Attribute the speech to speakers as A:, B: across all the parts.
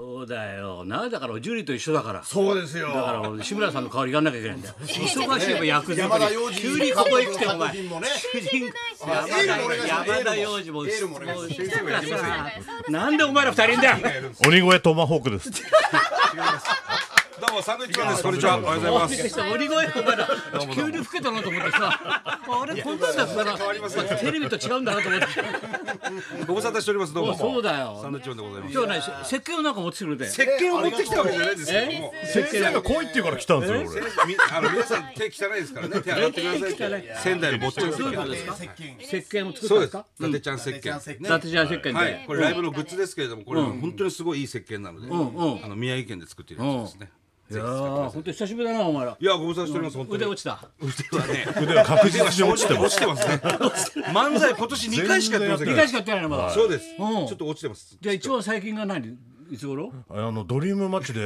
A: そうだよなだからジュリーと一緒だから
B: そうですよ。
A: だから俺志村さんの代わりやんなきゃいけないん だよ忙しいよ役
B: 山田
A: 作
B: 洋
A: り
B: 次
A: 急にここへ来てお
B: 作
A: 前
B: 品もね。
A: 主人公
B: あ
A: 山田
B: エールもお願いします
A: 山田洋次も
B: エールもお願いします
A: もう志村さんなんでお前ら二人いんだよ
C: 鬼越トマホークです。
D: どうもサンドイッチマンです。こんにちは。おはようございます。
A: 鬼越お前ら急に老けたなと思ってさあれこんなんだったらテレビと違うんだなと思って
D: ご無沙汰しております。どうも。
A: そうだよ
D: サンドイッチマンでございます。
A: 今日はね石鹸をなんか持ってきてくれて
D: 石鹸を持ってきたわけじゃないですけども。
C: 先生が来いって言うから来たんですよ、俺。
D: み あの皆さん手汚いですからね。手洗ってくださいって。仙台の坊っちゃん石
A: どういうこと
D: 鹸。
A: ですか
B: 石鹸
A: 石鹸を作った
D: そ
A: ん
D: う
A: で
D: で
A: か
D: すす。伊達ちゃん石
B: 石
D: 鹸。
B: 鹸ね
A: 伊達ちゃん石鹸
D: は
A: で
D: い、これライブのグッズですけれども、これ本当にすごいいい石鹸なので、
A: んうん
D: あの宮城県で作っているやつですね。
A: いやー本当久しぶりだなお前ら
D: いや、ご無沙汰しております。本当に
A: 腕落ちた
D: 腕はね、
C: 腕は確実に落ちてま
D: 落
C: す。
D: ちてますね。 漫才今年2回しかやってません
A: 2回
D: から
A: し。かやってないのまだ
D: そうです。ち
A: うん
D: ょっと落ちてます。
A: じゃあ一応最近が何いつ頃
C: あのドリームマッチで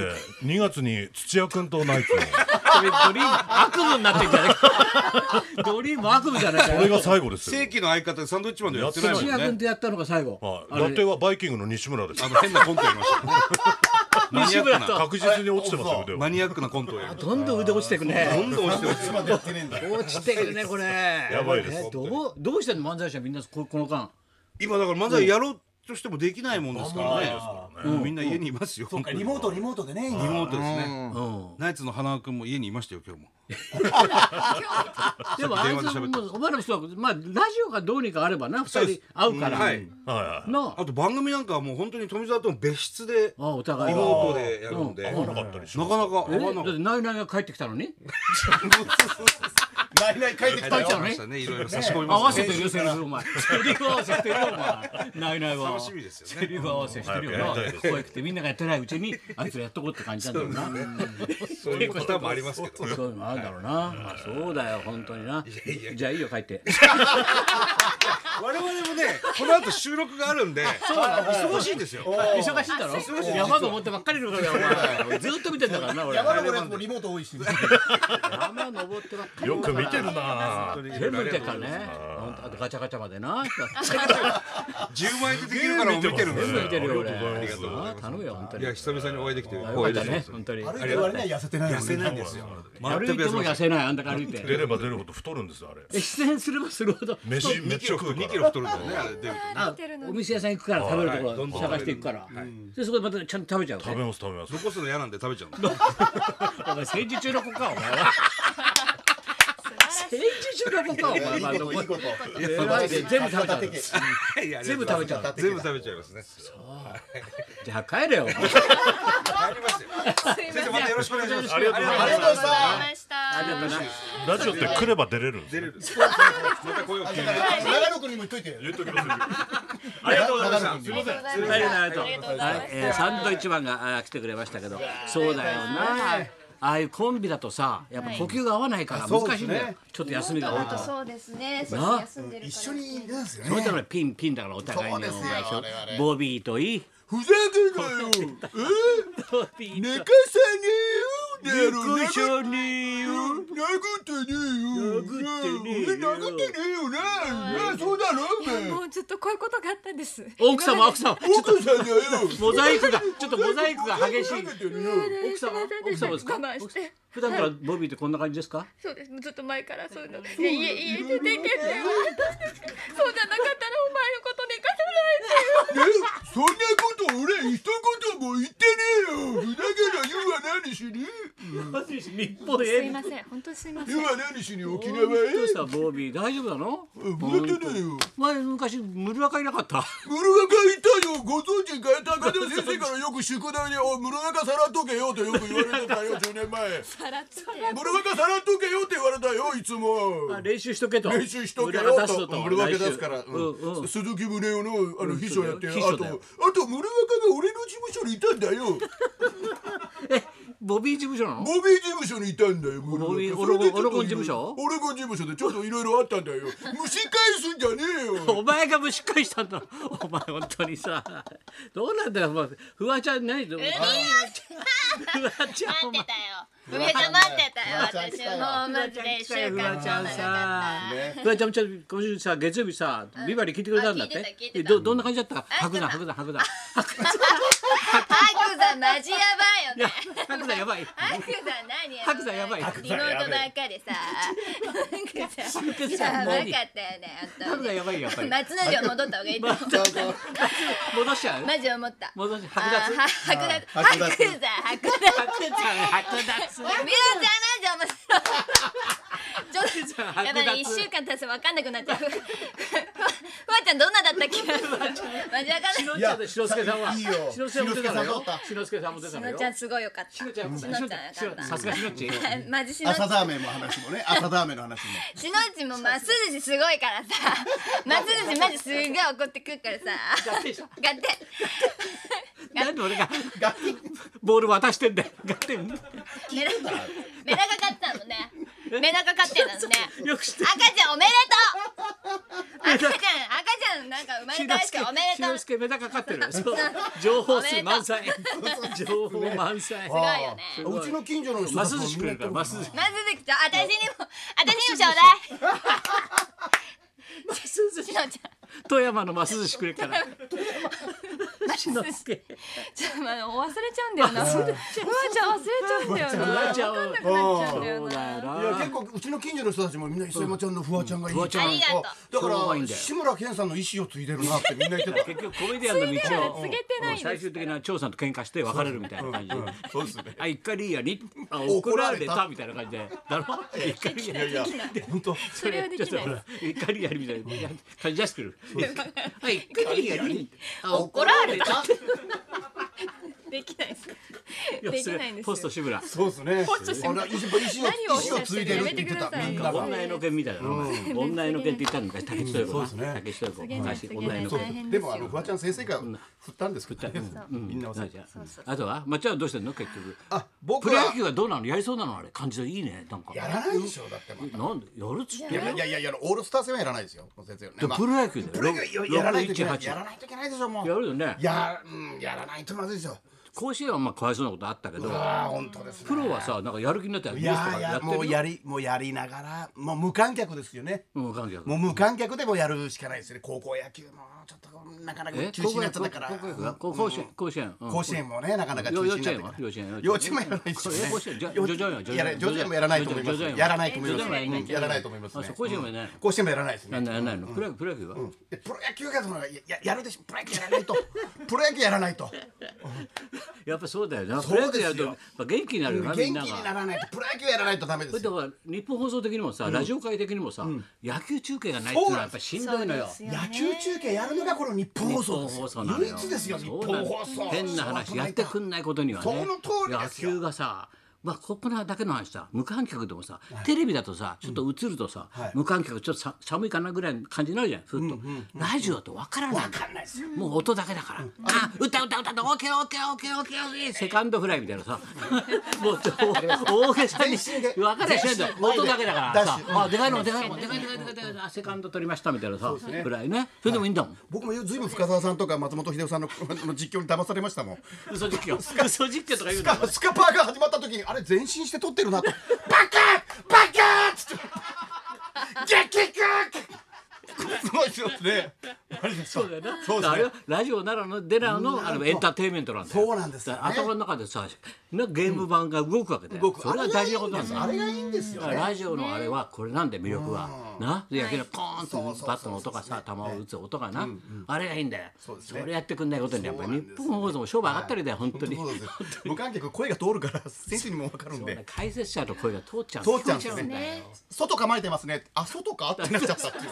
C: 2月に土屋君とナイツ
A: ド
C: の。
A: リーム悪夢になってんじ ゃないかドリーム悪夢じゃないか
C: これが最後ですよ
D: 正。規の相方でサンドイッチマンでやってないもん
A: 土屋君
D: ね。
A: とやったのが最後
C: はい。
A: あれ
C: 伊達はバイキングの西村です
D: あ。の変なコントやりましたよね。マニア
A: 西
D: ック
A: 村
D: な
A: と
C: 確実に落ちてますよ、腕
D: マ
C: は。
D: ニアックなコントをやりまし
A: どんどん腕落ちていく
D: た。ど
A: ね
D: んどん押してますよ。
B: までやってねえんだ。
A: 落ちていくねこれや
C: ばいです
A: どうどうしてんの漫才師はみんなここの間
D: 今だから漫才やろうとしてもできないもんですからね。うんみんな家にいますよ。
B: そうかリモートリモートでね。リ
D: リ
B: モ
D: モートですね。ナイツの花輪君も家にいましたよ今日も。
A: でもあ
D: 電
A: い
D: 話で
A: つ
D: 喋って
A: もお前らもそうだけどまあラジオがどうにかあればな二人会うから
D: うんはい
C: はい。
A: なあ
D: あと番組なんかはもう本当に富澤とも別室でリ
A: あお
D: モ
A: 互い
D: ートでやるんで、なか
C: なかったりし
D: な
C: ます。
D: か
A: え
D: 合わ
A: だ
D: な
A: っ
D: かって
A: ナイナイが帰ってきたのに
B: ないない帰ってき
D: た。
B: た
D: 合
B: よ
D: わ。せましたね。いろいろ差し込み
A: 合
D: ま
A: わ
D: す
A: せ
D: ね。
A: てるよセリフお前セリフ合わせしてるよ お前ないないは
D: 楽しみですよね
A: セリフ合わせしてるよ
C: 早
A: な
C: くやりたいです
A: 怖くてみんながやってないうちにあいつらやっとこうって感じなんだよな
D: そういうパターンもありますけど。
A: そういうのもあるだろうな、まあ、そうだよ本当になじゃあいいよ帰って
D: 我々もね、この後収録があるんで、忙しいんですよ。
A: 忙しいだろ山登ってばっかりいるからお前ずっと見てんだからな俺
B: 山登るやつもリモート多いし。
A: 山登ってばっかり
C: よく見てるなぁ。
A: 全部見てるからねほんとあとガチャガチャまでな
D: 10万円でできるからも見てるんで
A: 全
D: す
A: 部
D: よ
A: 見てるよ俺
C: あり
D: がとうございます
A: な頼むよ本当
D: い
A: に
D: や、久々にお会いできて
A: よか
D: 光
A: っ
D: 栄で
A: た
D: す。
A: ね本当に
B: 歩いてる割には痩せてないもん
D: 痩せ
B: ね。
D: ないんですよ。
A: 歩いても痩せないあんたが歩いて
C: 出れば出るほど太るんですよ、あれ。
A: え出演すればするほど
C: 飯め
D: 2
C: っ
D: キ
C: ちゃ
D: ロ
C: 食うか
D: 2キロ
C: ら。
D: 太るんだよ ね、あれ出るとね。
A: あお店屋さん行くから食べるとこ
D: はいどんど
A: ろ
D: ん
A: 探していくからでそこでまたちゃんと食べちゃう
C: 食
A: ね
C: べます、食べます。
D: 残すの嫌なんで食べちゃうんだ。
A: お前戦時中の子かお前は戦時中の子かお前は
B: といいこと。
A: 偉いね全部食べちゃう
B: 立てけ
D: いや
A: 全部食べちゃう
D: 全部食べちゃいますね。
A: じゃあ帰れよ
D: ありますよ。先生またよろしくお願いします。
C: ありがとうござい
B: あ
C: ま
B: り
C: す
B: がとうございました。
C: ラジオって来れば出れるんですよ。
D: また声を聞いて。
B: 長野君にも言っといてよ。
D: ありがとうございました。
A: はいはいえーサンドイッチマンがあー来てくれましたけどそうだよなああいうコンビだとさやっぱ呼吸が合わないから難しいんだよ、
B: そうですね
A: ちょっと休みが多いと
E: そうですね。
A: な
E: 休んでるから
B: 一緒にいるんですよ
A: それ
B: ね。
A: たらピンピンだからお互いに
B: そうですよ
A: お前
B: 我々
A: ボビーといい
B: ふざけんなよ。
A: ボビー
B: 寝
A: と
B: かさねえよ。
A: 猫少年よ
B: 殴ってねえよ。
A: 殴ってねえよ
B: 殴ってねえよな。なあそうだろお前。
E: もうずっとこういうことがあったんです。
A: 奥様奥様
B: 奥さんだよ。
A: モザイクがちょっとモザイクが激しい奥様奥様ですか
E: 我慢して。
A: 普段からボビーってこんな感じですか、
E: そうです。ずっと前からそういうの。いや家家出てけって。そうじゃなかったらお前のこと寝かさないで。
B: えそんなこと俺一言も言ってねえよふざけんな湯は何しに
A: 日本
E: すい
A: へ
E: ません。本当すいません。
B: 湯は何しに沖縄へ
A: どうしたボビー大丈夫なの
B: 本当だよ
A: 前昔ムルアカいなかった
B: ムルガカいたよご存知かい高田先生からよく宿題で「おいムルガカさらっとけよ」とよく言われてたよ10年前
E: さらっと。
B: ムルガカさらっとけよって言われたよいつも
A: あ練習しとけと
B: 練習しとけ
A: ムル
B: よ
A: アカ出すぞ
B: とムルガカ出すから、
A: 来週うんうん
B: 鈴木宗男のあの秘書やって、
A: うん
B: あ
A: 秘書
B: とあとムル
A: だ
B: ガ
A: よ
B: カが俺の事務所にいたんだよ
A: えボビー事務所なの
B: ボビー事務所にいたんだよ。ボ
A: ボビーオロゴン事務所
B: オロゴン事務所でちょっといろいろあったんだよ。虫返すんじゃねえよ。
A: お前が虫食いしたんだろお前本当にさどうなんだよお前フワちゃん何フワ ちゃんお前
F: めっちゃ待ってたよ私もうマジで一週
A: フワ
F: 間
A: ちゃんさ
B: ね
A: フワちゃんちょっと今週さ月曜日さビバリー聞いてくれたんだって
F: あ聞いてた聞いてた
A: どどんな感じだった白山白山白山
F: 白山
A: 白山や ばい
F: 白山何
A: 白山やばい
F: リモートばっかでさ白山
A: 白
F: やば
A: 山
F: かった
A: 何
F: よ
A: 白山や
F: ねあんた
A: ばいよやっぱり
F: 松之丞戻った方がいいと思う
A: 戻しちゃう
F: マジ思った
A: 戻し
F: あー
A: 剥奪
F: は白山白
G: 白
F: 山
G: 奪
F: 白山
A: 白山白奪
F: ミュージアナージ面白いちょっとやっぱり一
A: 剥奪
F: 週間経つと分かんなくなっちゃうふわふわちゃんどんなだったっけマジ分かんない
A: しのちゃんでしのすけさんはい
G: いよ
A: しのすけさんも出たのよ
G: しのすけさんもだった
A: しのすけさんも出たの
F: しの
A: よ
F: ちゃんすごいよかったし
A: しのちゃんも
F: のちゃんよかった
A: さすがしのっち
F: マジしのちゃ
G: 朝
F: ん
G: ラーメンも話もね朝ラーメンの話も
F: しのちもまっすぐしすごいからさまっすぐしマジすごい怒ってくるからさ
A: ガッテンした
F: ガッテン
A: なんで俺がボール渡してんだよガッテン
F: メダメダカ買ってたのねメダカ買ってたのね
A: よく知ってる
F: 赤ちゃんおめでとう赤ちゃん赤ちゃんなんか生まれたやつおめ
A: し
F: でとう
A: のすけメダカかってるそう情報数満載情報満載
F: すごいよね
G: うちの近所の人
A: マ
G: たち
A: ス
G: も
A: 寿司くれるからマス寿司
F: まずできちゃん私にも私にもちょうだいしのちゃん
A: 富山のマス寿司くれるからしのすけ
E: ちょっとまあ忘れちゃうんだよな。フワちゃん忘れちゃうんだよな。
A: フワちゃん
E: わかんなくなっちゃうんだ
A: そ
E: よ
A: うだよ
E: な。
A: ない
G: や結構うちの近所の人たちもみんな磯山ちゃんのフワちゃんがいい、
A: フワちゃん
F: ありがとう
G: だか
A: そういいん
G: ら
A: だよ
G: 志村けんさんの意思を継いでるなってみんな言ってた
A: 結局コメディアンの道を
E: 継いでは継げてないんですから
A: 最終的な張さんと喧嘩して別れるみたいな感じ
G: そうですね
A: あ一回リーヤにあ怒
G: 怒
A: ら
G: ら
A: れ
G: れた
A: たみたいな感じでだろ一回リーヤに
G: いや本当
E: それはできない
A: ちょっとほら一回リーヤにみたいな感じ出してくるはい一回リーヤにあ
F: 怒られた
E: できないです。
A: 要する
E: できないんです
A: に
E: よ
A: ポスト志村
G: そうですね
E: ポスト志村
G: あれ意思意思
E: 何をお
G: を
E: っ
G: 意
E: しゃ
G: 思を
E: って
G: 継い
E: る
G: で
E: や
G: るっ
E: め
G: て
E: て
G: 言
E: く
G: って
E: だ
G: た
E: さい
G: みん
E: よ。
G: なが
A: 女の剣みたいなの女の剣って言ったの昔竹内豊子な竹内豊子昔女の
E: そう
A: 剣
E: 大変です
G: で
E: よ
G: もあのフワちゃん先生が振ったんですけどねみんな忘れて
A: あとはまっちゃんはどうしてんの結局
G: あ僕
A: プロ
G: は
A: 野球はどうなのやりそうなのあれ感じでいいねなんか
G: やらないでしょだってま
A: なんでやるっつって
G: たいやいやいやいやオールスター戦はやらないですよ先生はね
A: でも
G: まあ
A: プロ野球だよ
G: プロ野球ややらないといけない
A: 618
G: やらないといけないでしょもう
A: やるよね
G: いやうんやらないとまずいですよ
A: 甲子園はまあかわいそうなことあったけど
G: ああ本当ですね
A: プロはさなんかやる気になってやる
G: い
A: ニュースとか
G: やい
A: や
G: や
A: って
G: もう
A: るよ
G: やりもうやりながらもう無観客ですよね
A: もう関係なく
G: もう無観客でもやるしかないですね高校野球もちょっとなかなか
A: え
G: 中止になっちゃったから
A: 高校野球が高甲子園甲子園うん
G: 甲子園もねなかなか中
A: よ
G: 止
A: 幼
G: に
A: 稚園
G: なってか
A: は
G: ら
A: 幼稚園は
G: 幼稚園もやらないですよね
A: 幼稚園じゃ徐々に
G: やら徐々にもやらないと思います
A: 徐々に
G: やらないと思います
A: 徐々に
G: やらないと思います
A: あ
G: ね
A: そう甲子園はね
G: 甲子園もやらないです
A: や
G: ね
A: んないやんないのプロ野球プロ野球は
G: でプロ野球がそのやややるでしょプロ野球やらないとプロ野球やらないと
A: やっぱそうだよなプ
G: そう
A: ロ
G: です
A: 野球や
G: よ
A: るとやっぱ元気になるよな
G: 元気
A: みん
G: に
A: な
G: な
A: が
G: らないとプロ野球やらないとダメで
A: それ
G: す
A: で
G: よ
A: ほら日本放送的にもさラジオ界的にもさ野球中継がないっていうのはやっぱしんどいのよ
G: 野球中継やるのがこの日本放送です
A: 日本放
G: よ
A: 送なの
G: 唯
A: よ
G: 一ですよ日
A: そう
G: 本
A: なの
G: 放送
A: 変な話やってくんないことにはね
G: その通りですよ
A: 野球がさまあここなだけの話さ無観客でもさ、テレビだとさちょっと映るとさ、無観客ちょっとさ寒いかなぐらいの感じになるじゃんふっと、ラジオだと分からない
G: わかんないですよ
A: もう音だけだから、あ歌歌歌歌オーケーオーケーオーケーオーケーオーケーセカンドフライみたいなさもうちょ大げさに
G: 全身で
A: 分かんないしないんだよ
G: 全身前で
A: 音だけだからさ
G: ダッシュ
A: あでかいのでかいのでかいのでかいのでかいのあセカンド取りましたみたいなさ、ぐらいねそれでもいいんだもん、
G: 僕もずいぶん深澤さんとか松本秀夫さんのあの実況に騙されましたもん
A: 嘘実況嘘実況とか言う
G: ス
A: の
G: カ スカパーが始まった時にあれ前進して撮ってるなと バカバカっつって激クすごいですよね
A: そうだよな。
G: そうですね
A: あれはラジオならのでらのあのエンターテインメントなんだよ。
G: そうなんですよね
A: 頭の中でさ、なゲーム版が動くわけだよ。
G: 僕
A: それは大事なことなんだよ。
G: あれがいいんですよ
A: だからラジオのあれはこれなんで魅力は、なで野球のポーン
G: そうそう
A: と
G: そう
A: バットの音がさ球を打つ音がな、あれがいいんだよそ,、
G: うですね
A: れやってくんないことにやっぱり
G: そうな
A: 日
G: んですよ
A: 本放送も商売上がったりだよ、本当に
G: そうですよ無観客声が通るから選手にも分かるんで
A: 解説者の声が通っちゃう
G: 通っちゃうんです
A: 聞こえだよ
G: ね外構えてますねあ外かってなっちゃった っていう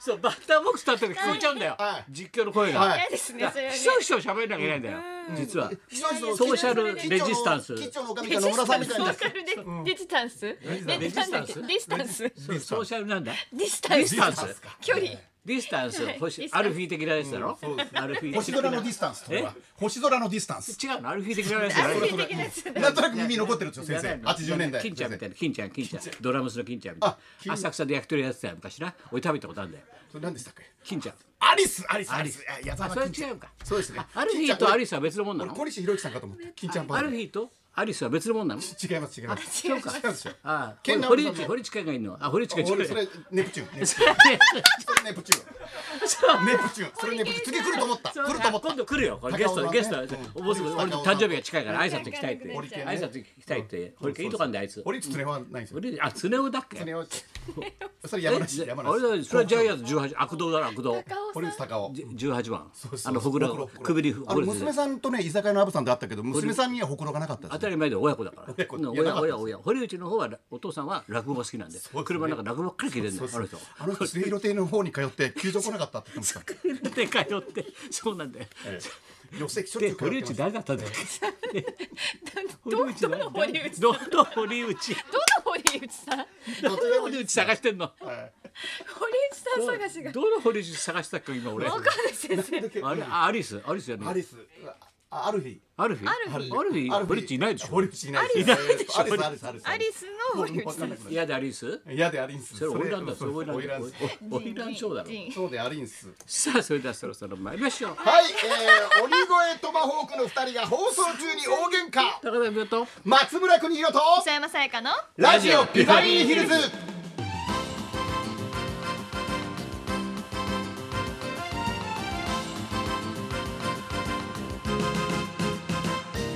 A: そうバッターボックス立ってる聞こえちゃうんだよ、
G: はい
A: 実況の声が、
G: はい
E: 嫌ですね。それはね
A: ひそひそ喋んなきゃいけないんだよ実は
G: 非常にその
A: ソーシャルレジスタンス
G: 吉兆の吉兆の女将か野村さんみたい
E: ソ
G: な
E: ーシャルデデジタンス？デ
A: デジタンス
E: ディスタンス？デ
A: そうソーシャル なんだ
E: ィスタンス
A: ディスタンス
E: 距離。
A: ディスタンス、
E: ディ
A: 星
E: スタンス
A: アルフィー的なやつだろ。アルフィー
G: 星空のディスタンスとか星空のディスタンス
A: 違うの、アルフィー的なやつ だろ。
E: 的なやつだ
G: なんとなく耳に残ってるんですよ先生80年代
A: 金ちゃんみたいな、金ちゃん、金ちゃん、ドラムスの金ちゃんみたい
G: あ
A: な。浅草で焼き鳥やってたよ、昔な、俺食べたことあるんだよ。
G: それ何でしたっけ
A: 金ちゃん。
G: アリスアリスアリスいや矢
A: あ、
G: 沢
A: それは
G: 金ちゃん
A: 違うか。
G: そうですね
A: アルフィーとアリスは別のもんな
G: 俺
A: の。
G: 小西博之さんかと思って金ちゃんパ
A: ア
G: ン
A: ル
G: ダ
A: フィーと。アリスは別のもんなの
G: 違います違います
A: そうか
G: 違うんですよ
A: あ
G: ケンナオ
A: 堀
G: リさん
A: 内
G: の
A: 堀内海がいるのあ堀内海違
G: 俺
A: う
G: それネプチューンネプチューンそれネプチューンネプチューンそれネプチューン次来ると思った来ると思っ
A: 今度来るよこれゲス
G: 高
A: ト
G: 尾さん
A: ゲスト
G: ね
A: もうすぐ
G: うん
A: 俺の誕生日が近いから挨拶行きたいって
G: 堀池ね
A: 挨拶行きたいって堀家いいとこなんだあいつ
G: 俺つれはないんですよ
A: 俺あ常雄だっけ
G: つれはそれ山梨
A: え
G: 山
A: 俺
G: 梨
A: だそれはジャイアンツ18悪道だな悪道
G: 堀内高尾
A: 18番
G: そうそう
A: あのほくろ
G: ほ
A: が
G: くろ
A: 首にほ
G: あ
A: く
G: の
A: ろついて
G: 娘
A: る
G: さんとね居酒屋のアブさんと会ったけど娘さんにはほくろがなかったで
A: 当
G: すね
A: たり前で親子だから
G: 親子
A: うん
G: いや
A: 親
G: なかったです
A: 親親堀内の方はお父さんは落語が好きなんで車の中落語ばっかり聞いてるんだよあの人
G: あの人水路亭の方に通って球場来なかったって 言ってました
A: で通ってそうなんだよ
G: 寄席しょっちゅ
A: で
G: う通って
A: 堀内
G: ました
A: 誰だったんだっけね
E: ど
A: 内誰
E: どの堀内
A: どの堀内
E: どの堀内さん
A: どの堀内探してんの
E: 堀内さん探しが
A: どの堀内探したっけ今俺
E: 岡部先生
A: あれあアリスアリスやね
G: アリスあある日
A: アルフィアルフィ堀内いないでしょ
G: 堀内いないですアリスアリスアリス
E: アリスの堀内さん
A: いやでアリス
G: 嫌でアリンス
A: それオイランだ
G: そ
A: そ
G: れ
A: れオイランだ
G: オイランス
A: オイランショーだろ
E: 人
G: そうでアリンス
A: さあそれではそろそろ参りましょう
G: はい、えー、鬼越トマホークの二人が放送中に大喧嘩
A: 高田美と
G: 松村邦洋と
F: 磯山さやかの
G: ラジオビバリーヒルズ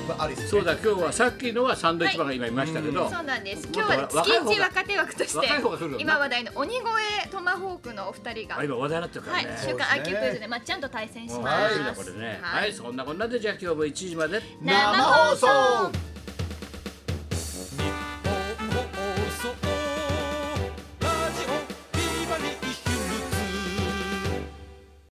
G: まあアリス
A: そうだ今日はさっきのはサンドイッチマンが今いましたけど
F: そうなんです今日は月一若手枠として
A: 若い方が来るよね
F: 今話題の鬼越トマホークのお二人が
A: あ今話題になってるか
F: は
A: ら
F: い
A: ね、
F: 週刊 IQ クイズでまっちゃんと対戦しま
A: 楽しみだこ
F: す
A: れね
F: は
A: はいいそんなこんなでじゃあ今日も1時まで
F: 生放送
G: 生放送